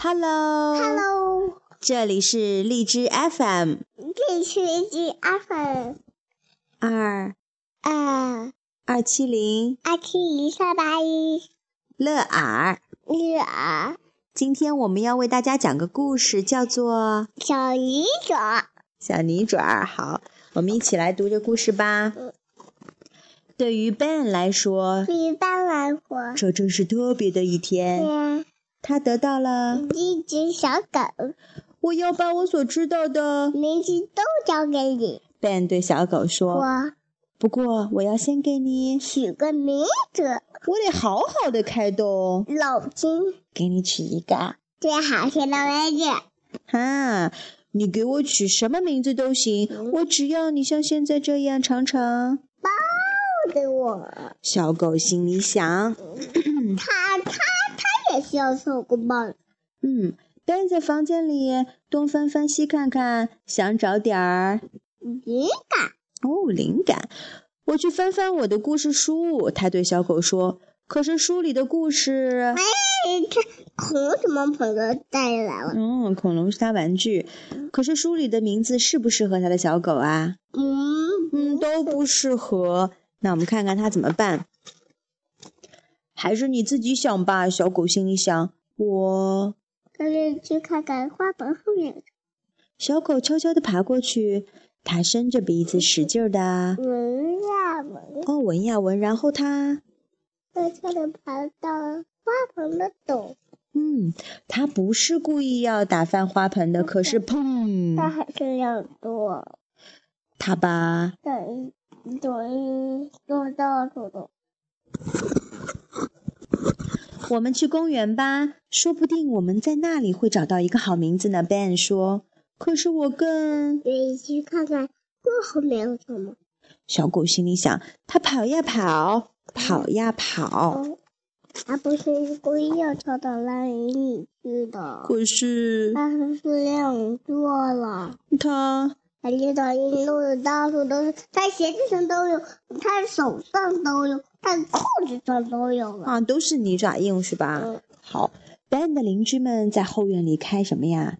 Hello，, Hello，这里是荔枝 FM 这里是一只阿粉，二呃，二七零阿七一三八一乐尔。女儿，今天我们要为大家讲个故事，叫做《小鱼者，小泥爪儿》。好，我们一起来读这故事吧嗯。对于 Ben 来说，一般来说，这真是特别的一天。呀，他得到了一只小狗，我要把我所知道的名字都交给你， ，Ben 对小狗说。我不过，我要先给你，取个名字，我得好好的开动哦，老金给你取一个。最好听的名字，哈，你给我取什么名字都行，我只要你像现在这样尝尝。不给我，小狗心里想，他他他也需要受过棒，嗯，待在房间里东翻翻西看看，想找点儿灵感，哦灵感。我去翻翻我的故事书，他对小狗说。可是书里的故事，哎，这恐什么朋友带来了？嗯，恐龙是他玩具。可是书里的名字适不适合他的小狗啊？嗯嗯，都不适合。那我们看看他怎么办？还是你自己想吧。小狗心里想：我。那就去看看花盆后面。小狗悄悄地爬过去，它伸着鼻子，使劲的闻呀闻，哦闻呀闻，然后它，悄悄地爬到花盆的斗，嗯，它不是故意要打翻花盆的，可是它砰，还是要多它把等一等一多到处都。我们去公园吧，说不定我们在那里会找到一个好名字呢。Ben 说，可是我更。你去看看过后面有什么？小狗心里想，它跑呀跑，跑呀跑。哦，它不是故意要跳到那里去的，可是它是让做了。它，它遇到一路的到处都是，它鞋子上都有，它手上都有，它裤子上都有了。啊，都是泥爪印是吧？嗯，好，Ben 的邻居们在后院里开什么呀？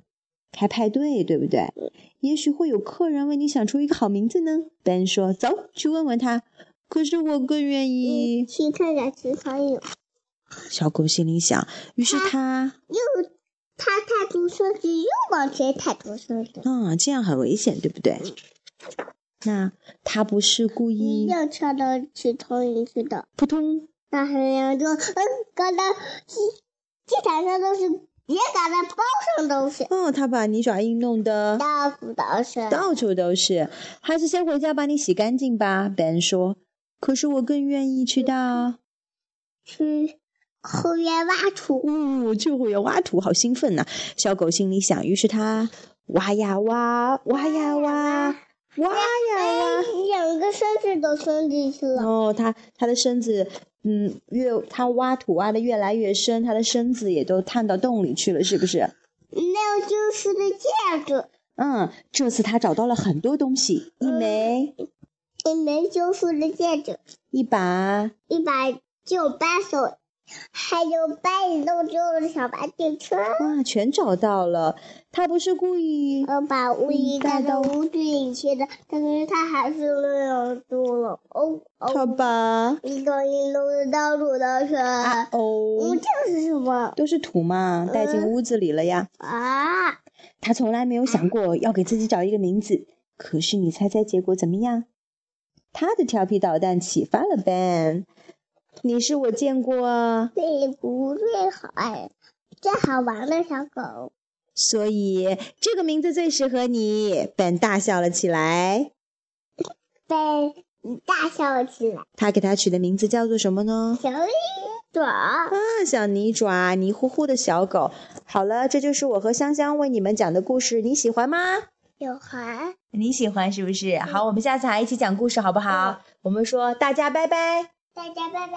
开派对，对不对？也许会有客人为你想出一个好名字呢。Ben 说：“走，去问问他。”可是我更愿意。去看看池塘有。小狗心里想，于是它，又他探出身子，又往前探出身子，啊，这样很危险，对不对？那它不是故意，又跳到池塘里去的。扑通大黑羊说：“嗯，刚才地地毯上都是，也敢在包上都是，哦，他把泥爪印弄得到处都是。到处都是，还是先回家把你洗干净吧。Ben 说：“可是我更愿意去到……去后院挖土，呜、去后园挖土，好兴奋呐、小狗心里想，于是它挖呀挖，挖呀挖，挖呀哎，两个身子都伸进去挖。了。哦，它它的身子，嗯，越它挖土挖的越来越深，它的身子也都探到洞里去了，是不是？那就是个戒指，嗯，这次它找到了很多东西，一枚，一枚旧复的戒指，一把。”一把旧扳手，还有搬移动之后的小把电车。”哇，全找到了！他不是故意，我呃把乌蝇带到屋子里去的，但是它还是没有住了。哦好哦，吧？一动一动的到处都是。啊嗯，哦，这是什么都是土嘛，带进屋子里了呀。啊？他从来没有想过要给自己找一个名字，可是你猜猜结果怎么样？他的调皮捣蛋启发了 Ben，你是我见过，内不最好哎，最好玩的小狗。所以这个名字最适合你。Ben 大笑了起来。被大笑起来，他给他取的名字叫做什么呢？小一爪，啊，小泥爪，泥糊糊的小狗。好了，这就是我和香香为你们讲的故事，你喜欢吗？小孩，你喜欢是不是？好，我们下次还一起讲故事好不好？我们说大家拜拜。大家拜拜。